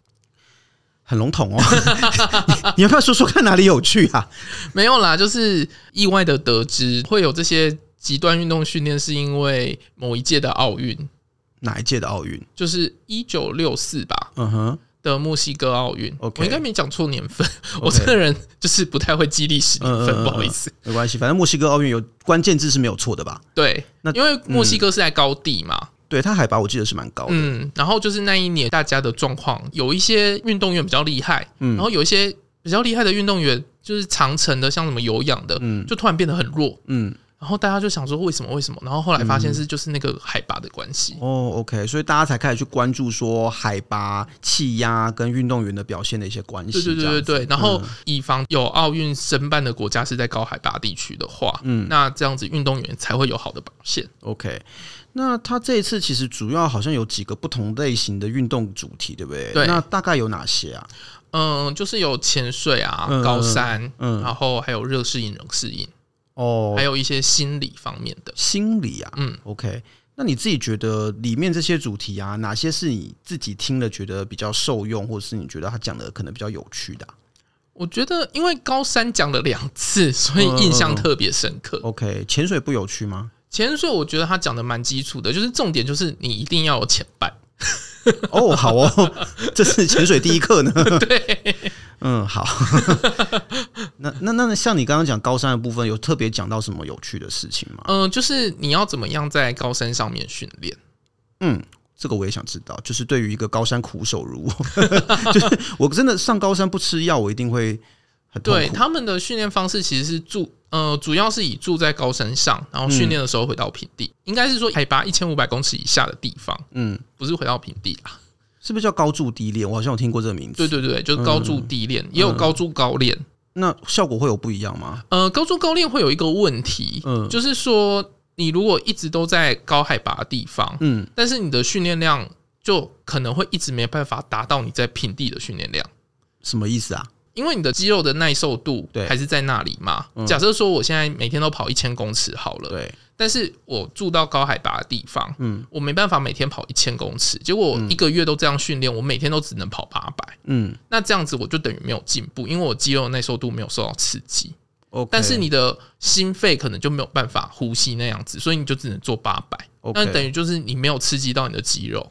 [SPEAKER 2] 很笼统哦， 你你要不要说说看哪里有趣啊？
[SPEAKER 1] 没有啦，就是意外的得知会有这些极端运动训练，是因为某一届的奥运，
[SPEAKER 2] 哪一届的奥运？
[SPEAKER 1] 就是一九六四吧
[SPEAKER 2] 嗯哼，
[SPEAKER 1] 的墨西哥奥运。
[SPEAKER 2] OK
[SPEAKER 1] 我应该没讲错年份
[SPEAKER 2] OK
[SPEAKER 1] 我这个人就是不太会记历史年份
[SPEAKER 2] 嗯嗯嗯嗯
[SPEAKER 1] 不好意思。
[SPEAKER 2] 没关系，反正墨西哥奥运有关键字是没有错的吧？
[SPEAKER 1] 对，
[SPEAKER 2] 那
[SPEAKER 1] 因为墨西哥是在高地嘛，
[SPEAKER 2] 对，它海拔我记得是蛮高的。
[SPEAKER 1] 嗯，然后就是那一年大家的状况，有一些运动员比较厉害，
[SPEAKER 2] 嗯
[SPEAKER 1] 然后有一些比较厉害的运动员，就是长程的，像什么有氧的，
[SPEAKER 2] 嗯
[SPEAKER 1] 就突然变得很弱。
[SPEAKER 2] 嗯，
[SPEAKER 1] 然后大家就想说为什么为什么？然后后来发现是就是那个海拔的关系。
[SPEAKER 2] 哦，OK，所以大家才开始去关注说海拔、气压跟运动员的表现的一些关系。
[SPEAKER 1] 对对对对
[SPEAKER 2] 这样子，嗯
[SPEAKER 1] 对，然后以防有奥运申办的国家是在高海拔地区的话，嗯，那这样子运动员才会有好的表现。
[SPEAKER 2] OK。那他这一次其实主要好像有几个不同类型的运动主题，对不对？
[SPEAKER 1] 对
[SPEAKER 2] 那大概有哪些啊？
[SPEAKER 1] 嗯，就是有潜水啊、
[SPEAKER 2] 嗯
[SPEAKER 1] 高山，
[SPEAKER 2] 嗯
[SPEAKER 1] 然后还有热适应、冷适应，
[SPEAKER 2] 哦
[SPEAKER 1] 还，有一些心理方面的。
[SPEAKER 2] 心理啊，
[SPEAKER 1] 嗯
[SPEAKER 2] ，OK。那你自己觉得里面这些主题啊，哪些是你自己听了觉得比较受用，或者是你觉得他讲的可能比较有趣的啊、
[SPEAKER 1] 我觉得因为高山讲了两次， 所以印象特别深刻。
[SPEAKER 2] o k 潜水不有趣吗？
[SPEAKER 1] 潜水我觉得他讲的蛮基础的，就是重点就是你一定要有潜伴。
[SPEAKER 2] 哦，好哦， 这是潜水第一课呢。
[SPEAKER 1] 对，
[SPEAKER 2] 嗯，好。 那那那那像你刚刚讲高山的部分，有特别讲到什么有趣的事情吗？
[SPEAKER 1] 嗯、就是你要怎么样在高山上面训练。
[SPEAKER 2] 嗯，这个我也想知道，就是对于一个高山苦手如我， 就是我真的上高山不吃药，我一定会很痛
[SPEAKER 1] 对
[SPEAKER 2] 苦。
[SPEAKER 1] 他们的训练方式其实是住呃，主要是以住在高山上，然
[SPEAKER 2] 嗯
[SPEAKER 1] 后训练的时候回到平地，应该是说海拔一千五百公尺以下的地方，
[SPEAKER 2] 嗯，
[SPEAKER 1] 不是回到平地啦。
[SPEAKER 2] 是不是叫高住低练？我好像有听过这个名字。
[SPEAKER 1] 对对对，就是高
[SPEAKER 2] 嗯
[SPEAKER 1] 住低练，也有高住高练。
[SPEAKER 2] 那效果会有不一样吗？
[SPEAKER 1] 呃，高住高练会有一个问题，
[SPEAKER 2] 嗯
[SPEAKER 1] 就是说你如果一直都在高海拔的地方，
[SPEAKER 2] 嗯，
[SPEAKER 1] 但是你的训练量就可能会一直没办法达到你在平地的训练量。
[SPEAKER 2] 什么意思啊？
[SPEAKER 1] 因为你的肌肉的耐受度
[SPEAKER 2] 对
[SPEAKER 1] 还是在那里嘛。
[SPEAKER 2] 嗯
[SPEAKER 1] 假设说我现在每天都跑一千公尺好了，
[SPEAKER 2] 对，
[SPEAKER 1] 但是我住到高海拔的地方，
[SPEAKER 2] 嗯
[SPEAKER 1] 我没办法每天跑一千公尺，结果我一个月都这样训练，我每天都只能跑八百，
[SPEAKER 2] 嗯
[SPEAKER 1] 那这样子我就等于没有进步，因为我肌肉耐受度没有受到刺激，
[SPEAKER 2] ，OK。
[SPEAKER 1] 但是你的心肺可能就没有办法呼吸那样子，所以你就只能做八百，
[SPEAKER 2] OK，
[SPEAKER 1] 那等于就是你没有刺激到你的肌肉，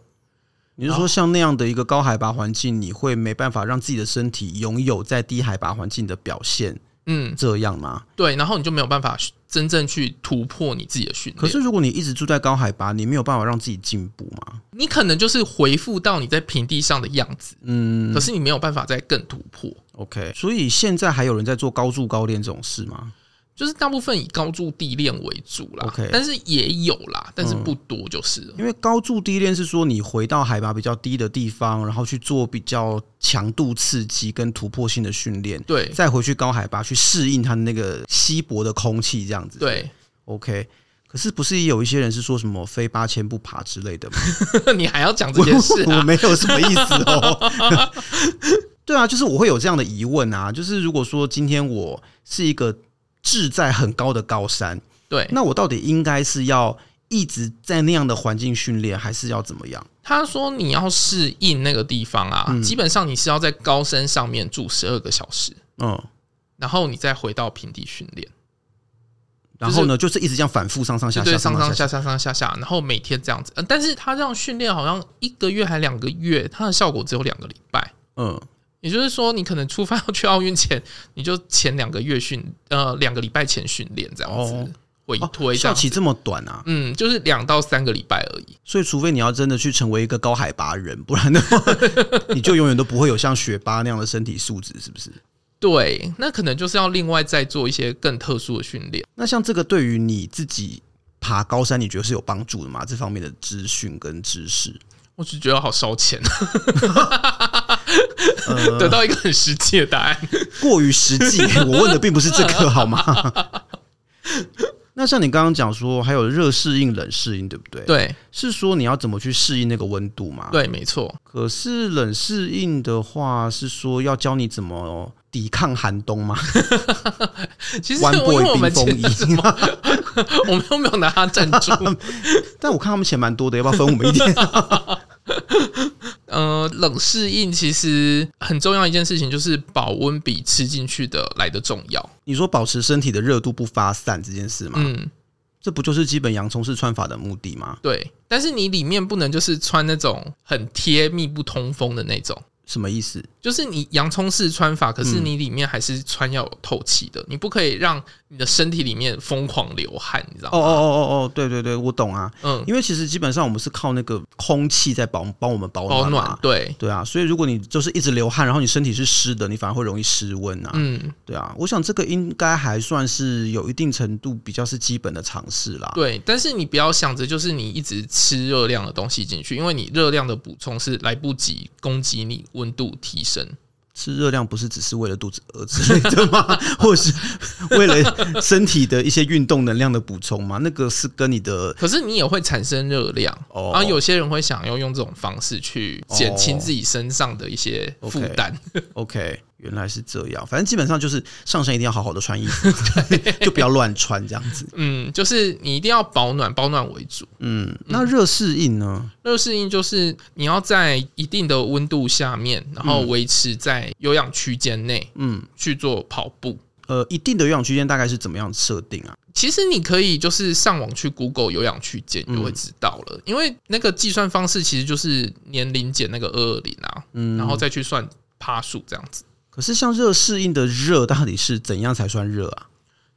[SPEAKER 2] 你是说像那样的一个高海拔环境，你会没办法让自己的身体拥有在低海拔环境的表现，
[SPEAKER 1] 嗯，
[SPEAKER 2] 这样吗？
[SPEAKER 1] 对，然后你就没有办法真正去突破你自己的训练，
[SPEAKER 2] 可是如果你一直住在高海拔，你没有办法让自己进步嘛？
[SPEAKER 1] 你可能就是回复到你在平地上的样子，
[SPEAKER 2] 嗯
[SPEAKER 1] 可是你没有办法再更突破。
[SPEAKER 2] ，OK。所以现在还有人在做高住高练这种事吗？
[SPEAKER 1] 就是大部分以高筑地练为主啦
[SPEAKER 2] OK 嗯
[SPEAKER 1] 但是也有啦，但是不多就是了。
[SPEAKER 2] 因为高住低练是说你回到海拔比较低的地方，然后去做比较强度刺激跟突破性的训练，
[SPEAKER 1] 对
[SPEAKER 2] 再回去高海拔去适应它的那个稀薄的空气，这样子。
[SPEAKER 1] 对，
[SPEAKER 2] ，OK。可是不是也有一些人是说什么非八千不爬之类的吗？
[SPEAKER 1] 你还要讲这件事
[SPEAKER 2] 我
[SPEAKER 1] 啊？
[SPEAKER 2] 没有什么意思哦。 对啊，就是我会有这样的疑问啊，就是如果说今天我是一个志在很高的高山，
[SPEAKER 1] 对，
[SPEAKER 2] 那我到底应该是要一直在那样的环境训练，还是要怎么样？
[SPEAKER 1] 他说你要适应那个地方啊，基本上你是要在高山上面住十二个小时，
[SPEAKER 2] 嗯，
[SPEAKER 1] 然后你再回到平地训练，
[SPEAKER 2] 然后呢，就是一直这样反复上上
[SPEAKER 1] 就
[SPEAKER 2] 下
[SPEAKER 1] 对
[SPEAKER 2] 下
[SPEAKER 1] 上上
[SPEAKER 2] 下。
[SPEAKER 1] 下下上下下，然后每天这样子。呃但是他这样训练好像一个月还两个月，他的效果只有两个礼拜。
[SPEAKER 2] 嗯，
[SPEAKER 1] 也就是说，你可能出发要去奥运前，你就前两个月训，呃，两个礼拜前训练这样
[SPEAKER 2] 哦
[SPEAKER 1] 子，回
[SPEAKER 2] 哦
[SPEAKER 1] 推这
[SPEAKER 2] 校
[SPEAKER 1] 样
[SPEAKER 2] 期
[SPEAKER 1] 子。
[SPEAKER 2] 这么短啊，
[SPEAKER 1] 嗯，就是两到三个礼拜而已。
[SPEAKER 2] 所以除非你要真的去成为一个高海拔人，不然的话 你就永远都不会有像学霸那样的身体素质，是不是？
[SPEAKER 1] 对，那可能就是要另外再做一些更特殊的训练。
[SPEAKER 2] 那像这个对于你自己爬高山，你觉得是有帮助的吗？这方面的资讯跟知识，
[SPEAKER 1] 我只觉得好烧 钱，
[SPEAKER 2] 呃
[SPEAKER 1] 得到一个很实际的答 案。
[SPEAKER 2] 过于实 际。我问的并不是这个，好吗？ 那像你刚刚讲说，还有热适应、冷适应，对不对？，
[SPEAKER 1] 对
[SPEAKER 2] 是说你要怎么去适应那个温度嘛？。
[SPEAKER 1] 对，没错。
[SPEAKER 2] 可是冷适应的话，是说要教你怎么抵抗寒 冬吗？
[SPEAKER 1] 其实因
[SPEAKER 2] One boy
[SPEAKER 1] 为我们
[SPEAKER 2] 冰
[SPEAKER 1] 前
[SPEAKER 2] 风衣
[SPEAKER 1] 什么， 我们又没有拿它赞 助。
[SPEAKER 2] 但我看他们钱蛮多的，要不要分我们一点？
[SPEAKER 1] 呃，冷适应其实很重要一件事情，就是保温比吃进去的来的重要。
[SPEAKER 2] 你说保持身体的热度不发散这件事吗？
[SPEAKER 1] 嗯，
[SPEAKER 2] 这不就是基本洋葱式穿法的目的吗？
[SPEAKER 1] 对。但是你里面不能就是穿那种很贴密不通风的那种。
[SPEAKER 2] 什么意思？
[SPEAKER 1] 就是你洋葱式穿法，可是
[SPEAKER 2] 嗯
[SPEAKER 1] 你里面还是穿要有透气的，你不可以让你的身体里面疯狂流汗，你知道
[SPEAKER 2] 哦
[SPEAKER 1] 吗？
[SPEAKER 2] 哦哦哦哦，对对对，我懂啊。
[SPEAKER 1] 嗯，
[SPEAKER 2] 因为其实基本上我们是靠那个空气在保帮我们保
[SPEAKER 1] 保
[SPEAKER 2] 暖嘛。
[SPEAKER 1] 暖，对，
[SPEAKER 2] 对啊，所以如果你就是一直流汗，然后你身体是湿的，你反而会容易失温啊。
[SPEAKER 1] 嗯，
[SPEAKER 2] 对啊，我想这个应该还算是有一定程度比较是基本的常识啦。
[SPEAKER 1] 对。但是你不要想着就是你一直吃热量的东西进去，因为你热量的补充是来不及供给你温度提升。
[SPEAKER 2] 吃热量不是只是为了肚子饿之类的吗？ 或者是为了身体的一些运动能量的补充吗？那个是跟你的
[SPEAKER 1] 可是你也会产生热量，
[SPEAKER 2] 哦
[SPEAKER 1] 然后有些人会想要用这种方式去减轻
[SPEAKER 2] 哦
[SPEAKER 1] 自己身上的一些负
[SPEAKER 2] OK
[SPEAKER 1] 担。
[SPEAKER 2] OK，原来是这样。反正基本上就是上身一定要好好的穿衣服， 就不要乱穿这样子。
[SPEAKER 1] 嗯，就是你一定要保暖，保暖为主。
[SPEAKER 2] 嗯，那热适应呢？
[SPEAKER 1] 热适应就是你要在一定的温度下面，然后维持在有氧区间内
[SPEAKER 2] 嗯，
[SPEAKER 1] 去做跑步。
[SPEAKER 2] 呃，一定的有氧区间大概是怎么样设定啊？
[SPEAKER 1] 其实你可以就是上网去 Google 有氧区间，你就会知道了，因为那个计算方式其实就是年龄减那个二二零啊，
[SPEAKER 2] 嗯
[SPEAKER 1] 然后再去算趴数这样子。
[SPEAKER 2] 可是像热适应的热到底是怎样才算热啊？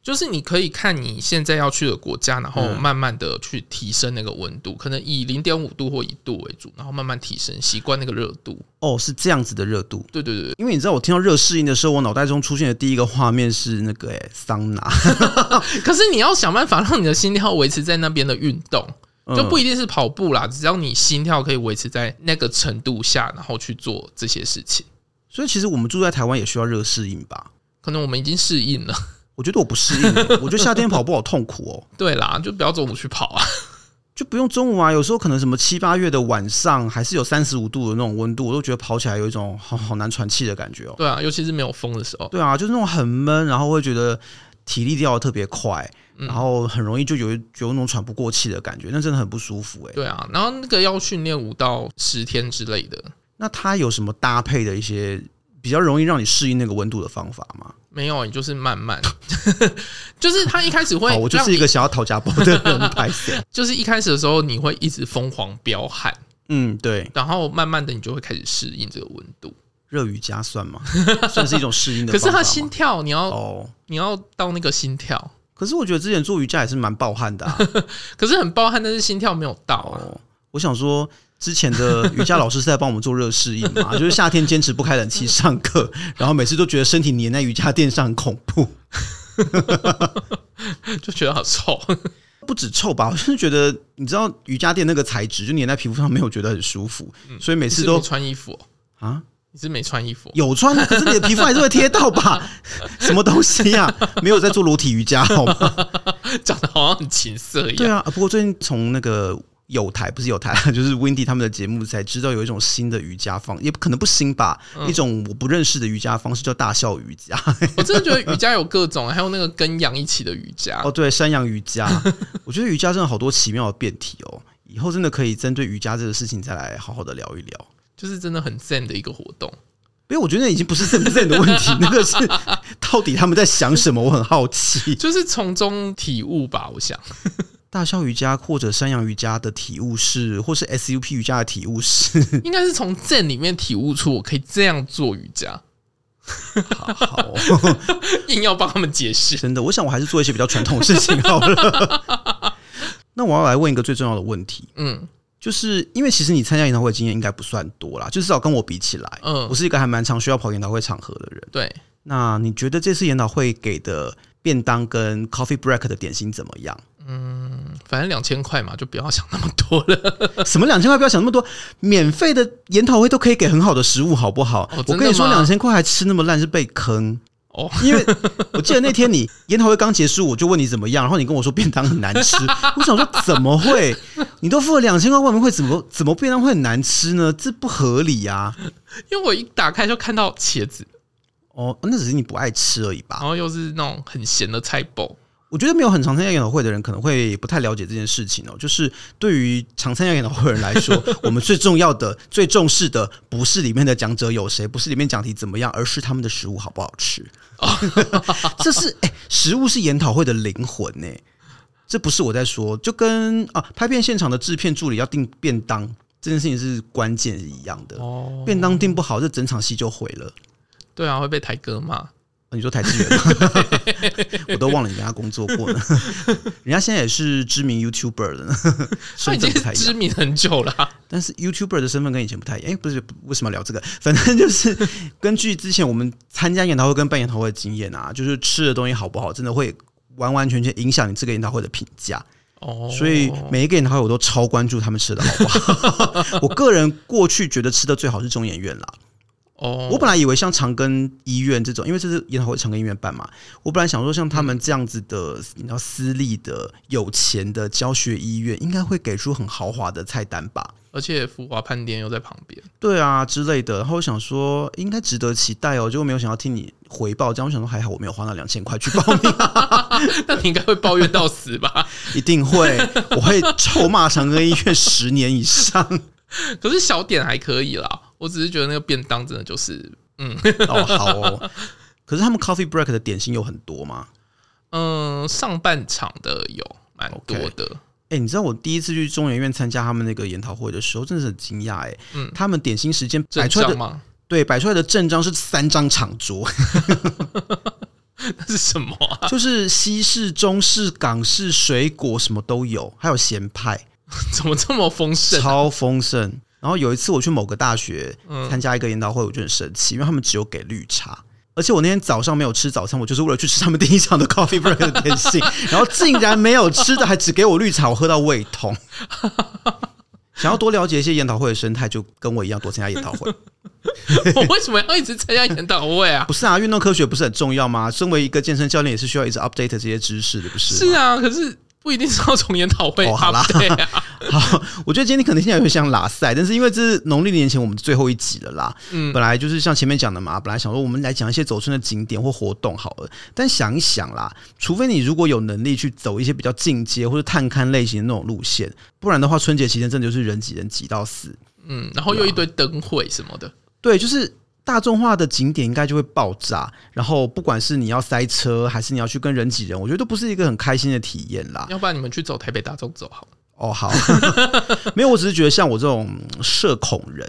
[SPEAKER 1] 就是你可以看你现在要去的国家，然后慢慢的去提升那个温度，可能以零点五度或一度为主，然后慢慢提升，习惯那个热度。
[SPEAKER 2] 哦，是这样子的热度。
[SPEAKER 1] 对对对，
[SPEAKER 2] 因为你知道，我听到热适应的时候，我脑袋中出现的第一个画面是那个诶、欸桑拿，
[SPEAKER 1] 对可是你要想办法让你的心跳维持在那边的运动，
[SPEAKER 2] 嗯
[SPEAKER 1] 就不一定是跑步啦，只要你心跳可以维持在那个程度下，然后去做这些事情，
[SPEAKER 2] 所以其实我们住在台湾也需要热适应吧？
[SPEAKER 1] 可能我们已经适应了。
[SPEAKER 2] 我觉得我不适 应，我觉得夏天跑步好痛苦哦。
[SPEAKER 1] 对啦，就不要中午去跑啊。
[SPEAKER 2] 就不用中午啊，有时候可能什么七八月的晚上还是有三十五度的那种温度，我都觉得跑起来有一种好好难喘气的感觉哦。
[SPEAKER 1] 对啊，尤其是没有风的时候。
[SPEAKER 2] 对啊，就是那种很闷，然后会觉得体力掉的特别快，
[SPEAKER 1] 嗯
[SPEAKER 2] 然后很容易就有一有那种喘不过气的感觉，那真的很不舒服哎、
[SPEAKER 1] 对啊，然后那个要训练五到十天之类的，
[SPEAKER 2] 那它有什么搭配的一些比较容易让你适应那个温度的方法吗？
[SPEAKER 1] 没有，你就是慢慢， 就是他一开始会
[SPEAKER 2] 好，我就
[SPEAKER 1] 让
[SPEAKER 2] 是一
[SPEAKER 1] 你
[SPEAKER 2] 个想要讨价包的人，拍谁？
[SPEAKER 1] 就是一开始的时候你会一直疯狂飙汗，
[SPEAKER 2] 嗯，对，
[SPEAKER 1] 然后慢慢的你就会开始适应这个温度。
[SPEAKER 2] 热瑜伽算吗？ 算是一种适应的
[SPEAKER 1] 可
[SPEAKER 2] 方法
[SPEAKER 1] 是他
[SPEAKER 2] 吗。
[SPEAKER 1] 心跳，你要、
[SPEAKER 2] 哦，
[SPEAKER 1] 你要到那个心跳，
[SPEAKER 2] 可是我觉得之前做瑜伽也是蛮暴汗的、啊。
[SPEAKER 1] 可是很暴汗，但是心跳没有到啊。
[SPEAKER 2] 哦，我想说，之前的瑜伽老师是在帮我们做热适应嘛， 就是夏天坚持不开冷气上课， 然后每次都觉得身体黏在瑜伽垫上很恐怖，
[SPEAKER 1] 就觉得好臭。
[SPEAKER 2] 不止臭吧，我就是觉得你知道瑜伽垫那个材质就黏在皮肤上，没有觉得很舒服，所以每
[SPEAKER 1] 你嗯
[SPEAKER 2] 次
[SPEAKER 1] 是
[SPEAKER 2] 都
[SPEAKER 1] 没穿衣服哦、
[SPEAKER 2] 啊
[SPEAKER 1] 你是没穿衣服？哦
[SPEAKER 2] 有穿，可是你的皮肤还是会贴到吧？ 什么东西呀、没有在做裸体瑜伽好吗？
[SPEAKER 1] 长得好像很情色一
[SPEAKER 2] 对
[SPEAKER 1] 样。
[SPEAKER 2] 啊，不过最近从那个。有台不是有台， 就是 Windy 他们的节目才知道有一种新的瑜伽方，也可能不新吧，
[SPEAKER 1] 嗯
[SPEAKER 2] 一种我不认识的瑜伽方式叫大笑瑜伽。
[SPEAKER 1] 我真的觉得瑜伽有各种，还有那个跟羊一起的瑜伽。
[SPEAKER 2] 哦，对，山羊瑜伽， 我觉得瑜伽真的好多奇妙的变体哦。以后真的可以针对瑜伽这个事情再来好好的聊一聊，
[SPEAKER 1] 就是真的很 zen 的一个活动。
[SPEAKER 2] 因为我觉得那已经不是正不正的问题，那个是到底他们在想什么，我很好奇。
[SPEAKER 1] 就是从中体悟吧，我想。
[SPEAKER 2] 大笑瑜伽或者山羊瑜伽的体悟是，或是 SUP 瑜伽的体悟是，
[SPEAKER 1] 应该是从正里面体悟出我可以这样做瑜伽，
[SPEAKER 2] 好好哦
[SPEAKER 1] 硬要帮他们解释。
[SPEAKER 2] 真的，我想我还是做一些比较传统的事情好了。 那我要来问一个最重要的问题，
[SPEAKER 1] 嗯
[SPEAKER 2] 就是因为其实你参加研讨会的经验应该不算多啦，就至少跟我比起来，
[SPEAKER 1] 嗯
[SPEAKER 2] 我，是一个还蛮常需要跑研讨会场合的人。
[SPEAKER 1] 对，
[SPEAKER 2] 那你觉得这次研讨会给的便当跟 coffee break 的点心怎么样？
[SPEAKER 1] 反正两千块嘛，就不要想那么多了。
[SPEAKER 2] 什么两千块？不要想那么多，免费的研讨会都可以给很好的食物，好不好？
[SPEAKER 1] 哦真的
[SPEAKER 2] 我跟你说，
[SPEAKER 1] 吗
[SPEAKER 2] 两千块还吃那么烂是被坑。
[SPEAKER 1] 哦，
[SPEAKER 2] 因为我记得那天你研讨会刚结束，我就问你怎么样，然后你跟我说便当很难 吃，我想说怎么会？你都付了两千块外面会怎么怎么便当会很难吃呢？这不合理啊！
[SPEAKER 1] 因为我一打开就看到茄子，
[SPEAKER 2] 哦，那只是你不爱吃而已吧
[SPEAKER 1] 然？后又是那种很咸的菜包。
[SPEAKER 2] 我觉得没有很常参加研讨会的人可能会不太了解这件事情哦。就是对于常参加研讨会的人来说，我们最重要的、最重视的不是里面的讲者有谁，不是里面讲题怎么样，而是他们的食物好不好吃。 这是哎、食物是研讨会的灵魂呢、这不是我在说，就跟啊拍片现场的制片助理要订便当这件事情是关键一样的。
[SPEAKER 1] 哦，
[SPEAKER 2] 便当订不好，这整场戏就毁了。
[SPEAKER 1] 对啊，会被台哥骂。
[SPEAKER 2] 哦你说台资人吗， 我都忘了你 跟他工作过呢。人家现在也是知名 YouTuber 的呢，
[SPEAKER 1] 他已
[SPEAKER 2] 身
[SPEAKER 1] 经
[SPEAKER 2] 份不太一
[SPEAKER 1] 知
[SPEAKER 2] 样。
[SPEAKER 1] 名很久了啊、
[SPEAKER 2] 但是 YouTuber 的身份跟以前不太一样。哎、不是，不为什么要聊这个？反正就是根据之前我们参加研讨会跟办研讨会的经验啊，就是吃的东西好不好，真的会完完全全影响你这个研讨会的评价。
[SPEAKER 1] 哦，
[SPEAKER 2] 所以每一个研讨会我都超关注他们吃的好不好。 我个人过去觉得吃的最好是中研院啦，
[SPEAKER 1] 哦，
[SPEAKER 2] 我本来以为像长庚医院这种，因为这是研讨会长庚医院办嘛，我本来想说像他们这样子的，你知道私立的有钱的教学医院，应该会给出很豪华的菜单吧？
[SPEAKER 1] 而且福华饭店又在旁边，
[SPEAKER 2] 对啊之类的。然后我想说应该值得期待哦，结果没有想到听你回报，这样我想说还好我没有花那两千块去报名，
[SPEAKER 1] 那你应该会抱怨到死吧？
[SPEAKER 2] 一定会，我会臭骂长庚医院十年以上。
[SPEAKER 1] 可是小点还可以啦，我只是觉得那个便当真的就是，
[SPEAKER 2] 哦，好哦。可是他们 coffee break 的点心有很多吗？
[SPEAKER 1] 嗯，上半场的有蛮多的
[SPEAKER 2] 哎、你知道我第一次去中研院参加他们那个研讨会的时候，真的是很惊讶哎。
[SPEAKER 1] 嗯
[SPEAKER 2] 他们点心时间摆
[SPEAKER 1] 正
[SPEAKER 2] 出来
[SPEAKER 1] 常
[SPEAKER 2] 的，
[SPEAKER 1] 吗？
[SPEAKER 2] 对，摆出来的正章是三张 长桌，
[SPEAKER 1] 那 是什么啊、
[SPEAKER 2] 就是西式、中式、港式、水果什么都有，还有咸派，
[SPEAKER 1] 怎么这么丰盛？
[SPEAKER 2] 超丰盛。然后有一次我去某个大学
[SPEAKER 1] 嗯
[SPEAKER 2] 参加一个研讨会，我就很生气，因为他们只有给绿茶。而且我那天早上没有吃早餐，我就是为了去吃他们第一场的 coffee break 的点心，然后竟然没有吃的，还只给我绿茶，我喝到胃痛。想要多了解一些研讨会的生态，就跟我一样多参加研讨会。
[SPEAKER 1] 我为什么要一直参加研讨会啊？
[SPEAKER 2] 不是啊，运动科学不是很重要吗？身为一个健身教练，也是需要一直 update 这些知识的，不是？
[SPEAKER 1] 是啊，可是不一定是要从研讨会
[SPEAKER 2] 哦好啦
[SPEAKER 1] update 啊。
[SPEAKER 2] 好，我觉得今天可能现在有点像拉塞，但是因为这是农历年前我们最后一集了啦。
[SPEAKER 1] 嗯
[SPEAKER 2] 本来就是像前面讲的嘛，本来想说我们来讲一些走村的景点或活动好了，但想一想啦，除非你如果有能力去走一些比较进阶或者探勘类型的那种路线，不然的话，春节期间真的就是人挤人挤到死。
[SPEAKER 1] 嗯，然后又一堆灯会什么的，
[SPEAKER 2] 对，就是大众化的景点应该就会爆炸，然后不管是你要塞车还是你要去跟人挤人，我觉得都不是一个很开心的体验啦。
[SPEAKER 1] 要不然你们去走台北大众走好了。
[SPEAKER 2] 哦，好， 没有，我只是觉得像我这种嗯社恐人，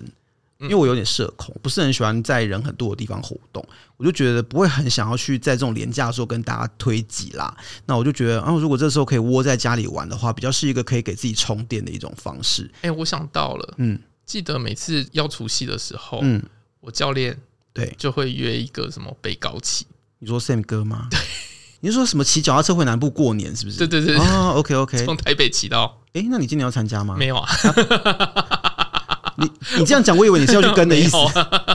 [SPEAKER 1] 嗯
[SPEAKER 2] 因为我有点社恐，不是很喜欢在人很多的地方活动，我就觉得不会很想要去在这种廉价的时候跟大家推挤啦。那我就觉得，啊，如果这时候可以窝在家里玩的话，比较是一个可以给自己充电的一种方式。
[SPEAKER 1] 哎、我想到了，
[SPEAKER 2] 嗯
[SPEAKER 1] 记得每次要除夕的时候，
[SPEAKER 2] 嗯，
[SPEAKER 1] 我教练
[SPEAKER 2] 对，
[SPEAKER 1] 就会约一个什么北高旗，
[SPEAKER 2] 你说 Sam 哥吗？ 对，你是说什么骑脚踏车回南部过年是不是？
[SPEAKER 1] 对对对
[SPEAKER 2] 哦，OK OK，
[SPEAKER 1] 从台北骑到
[SPEAKER 2] 哎、那你今年要参加吗？
[SPEAKER 1] 没有啊？
[SPEAKER 2] 你你这样讲，我以为你是要去跟的意 思
[SPEAKER 1] 没有。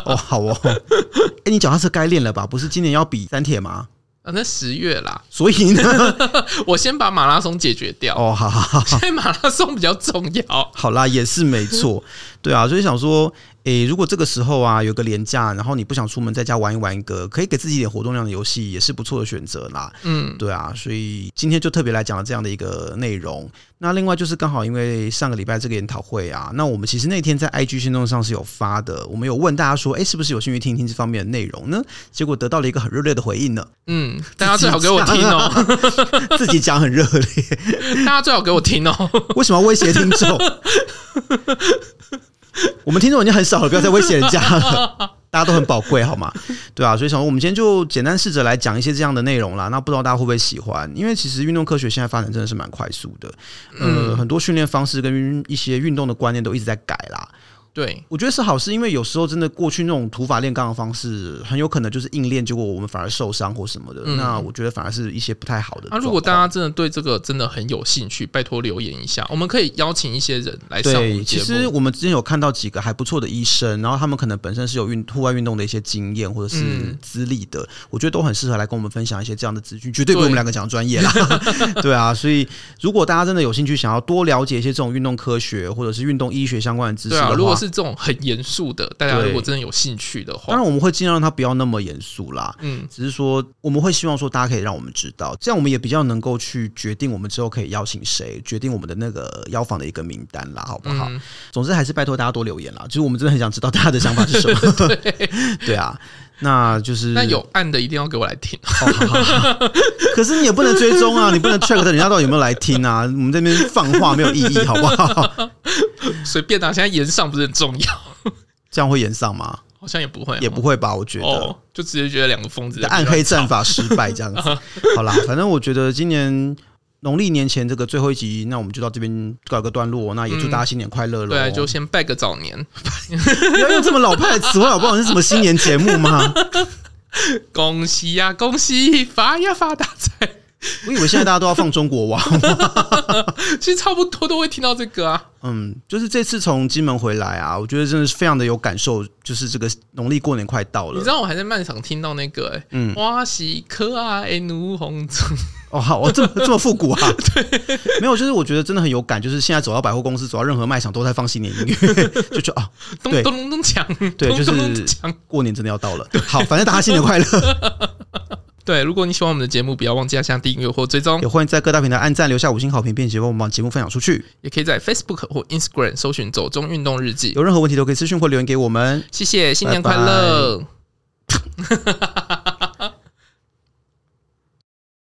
[SPEAKER 2] 哦，好哦。 哎、你脚踏车该练了吧？不是今年要比三铁吗？
[SPEAKER 1] 啊，那十月啦，
[SPEAKER 2] 所以呢，
[SPEAKER 1] 我先把马拉松解决掉，
[SPEAKER 2] 哦，好好好，
[SPEAKER 1] 现在马拉松比较重要。
[SPEAKER 2] 好啦，也是没错，对啊，所以想说，哎、诶，如果这个时候啊有个廉价，然后你不想出门，在家玩一玩一个，可以给自己一点活动量的游戏，也是不错的选择啦。
[SPEAKER 1] 嗯，
[SPEAKER 2] 对啊，所以今天就特别来讲了这样的一个内容。那另外就是刚好因为上个礼拜这个研讨会啊，那我们其实那天在 IG 行动上是有发的，我们有问大家说，哎，是不是有兴趣听一听这方面的内容呢？结果得到了一个很热烈的回应呢，
[SPEAKER 1] 嗯，大家最好给我听哦，
[SPEAKER 2] 自己讲很 热烈，
[SPEAKER 1] 大家最好给我听哦。
[SPEAKER 2] 为什么要威胁听众？ 我们听众已经很少了，不要再威胁人家了。大家都很宝贵，好吗？对啊，所以想说我们今天就简单试着来讲一些这样的内容啦。那不知道大家会不会喜欢？因为其实运动科学现在发展真的是蛮快速的，呃，
[SPEAKER 1] 嗯
[SPEAKER 2] 很多训练方式跟一些运动的观念都一直在改啦。
[SPEAKER 1] 对，
[SPEAKER 2] 我觉得是好事，因为有时候真的过去那种土法炼钢的方式，很有可能就是硬练，结果我们反而受伤或什么的。
[SPEAKER 1] 嗯
[SPEAKER 2] 那我觉得反而是一些不太好的状
[SPEAKER 1] 那、
[SPEAKER 2] 况。
[SPEAKER 1] 如果大家真的对这个真的很有兴趣，拜托留言一下，我们可以邀请一些人来上我
[SPEAKER 2] 对，
[SPEAKER 1] 们节
[SPEAKER 2] 其
[SPEAKER 1] 目。
[SPEAKER 2] 实我们之前有看到几个还不错的医生，然后他们可能本身是有运户外运动的一些经验或者是
[SPEAKER 1] 嗯
[SPEAKER 2] 资历的，我觉得都很适合来跟我们分享一些这样的资讯，绝对比我
[SPEAKER 1] 对
[SPEAKER 2] 们两个讲的专 业啦。对啊，所以如果大家真的有兴趣，想要多了解一些这种运动科学或者是运动医学相关的知识
[SPEAKER 1] 对
[SPEAKER 2] 的
[SPEAKER 1] 啊，
[SPEAKER 2] 话，
[SPEAKER 1] 如果是这种很严肃的，大家
[SPEAKER 2] 对
[SPEAKER 1] 如果真的有兴趣的
[SPEAKER 2] 当
[SPEAKER 1] 话，
[SPEAKER 2] 然我们会尽量让它不要那么严肃啦。
[SPEAKER 1] 嗯，
[SPEAKER 2] 只是说，我们会希望说，大家可以让我们知道，这样我们也比较能够去决定我们之后可以邀请谁，决定我们的那个邀访的一个名单啦，好不好？
[SPEAKER 1] 嗯
[SPEAKER 2] 总之还是拜托大家多留言啦，就是我们真的很想知道大家的想法是什 么。 对啊，那就是
[SPEAKER 1] 那有暗的一定要给我来听。
[SPEAKER 2] 哦好好好 可是你也不能追踪啊，你不能 track 人家到底有没有来听啊，我们这边放话没有意义，好不好？
[SPEAKER 1] 随便啊，现在延上不是很重要，
[SPEAKER 2] 这样会延上吗？
[SPEAKER 1] 好像也不会哦，
[SPEAKER 2] 也不会吧，我觉得。
[SPEAKER 1] 哦，就直接觉得两个疯子啊
[SPEAKER 2] 你
[SPEAKER 1] 在
[SPEAKER 2] 的暗黑战法失败这样 子。好啦，反正我觉得今年农历年前这个最后一集，那我们就到这边告一个段落。那也祝大家新年快乐喽、
[SPEAKER 1] 对啊，就先拜个早年，
[SPEAKER 2] 不要用这么老派的词汇好不好？是什么新年节目 吗？
[SPEAKER 1] 恭喜呀、恭喜发呀发大财！
[SPEAKER 2] 我以为现在大家都要放中国娃娃。
[SPEAKER 1] 其实差不多都会听到这个啊。
[SPEAKER 2] 嗯，就是这次从金门回来啊，我觉得真的是非常的有感受，就是这个农历过年快到
[SPEAKER 1] 你知。
[SPEAKER 2] 了
[SPEAKER 1] 道我还在漫场听到那个、欸，
[SPEAKER 2] 嗯
[SPEAKER 1] 哇西科啊，哎奴红烛，
[SPEAKER 2] 哦，好，我、这么这么 复古啊？ 没有，就是我觉得真的很有感，就是现在走到百货公司，走到任何卖场都在放新年音乐， 就觉得啊、
[SPEAKER 1] 咚
[SPEAKER 2] 对
[SPEAKER 1] 咚咚咚锵，
[SPEAKER 2] 对
[SPEAKER 1] 咚
[SPEAKER 2] 就是
[SPEAKER 1] 咚咚咚锵。
[SPEAKER 2] 过年真的要到了。好，反正大家新年快乐。
[SPEAKER 1] 对，如果你喜欢我们的节目，不要忘记按下订阅或追踪，
[SPEAKER 2] 也欢迎在各大平台按赞、留下五星好评，并且帮我们把节目分享出去。
[SPEAKER 1] 也可以在 Facebook 或 Instagram 搜寻“走中运动日记
[SPEAKER 2] 有任何问题都可以私讯或留言给我们。”。
[SPEAKER 1] 谢谢，新年
[SPEAKER 2] 拜
[SPEAKER 1] 快
[SPEAKER 2] 拜
[SPEAKER 1] 乐！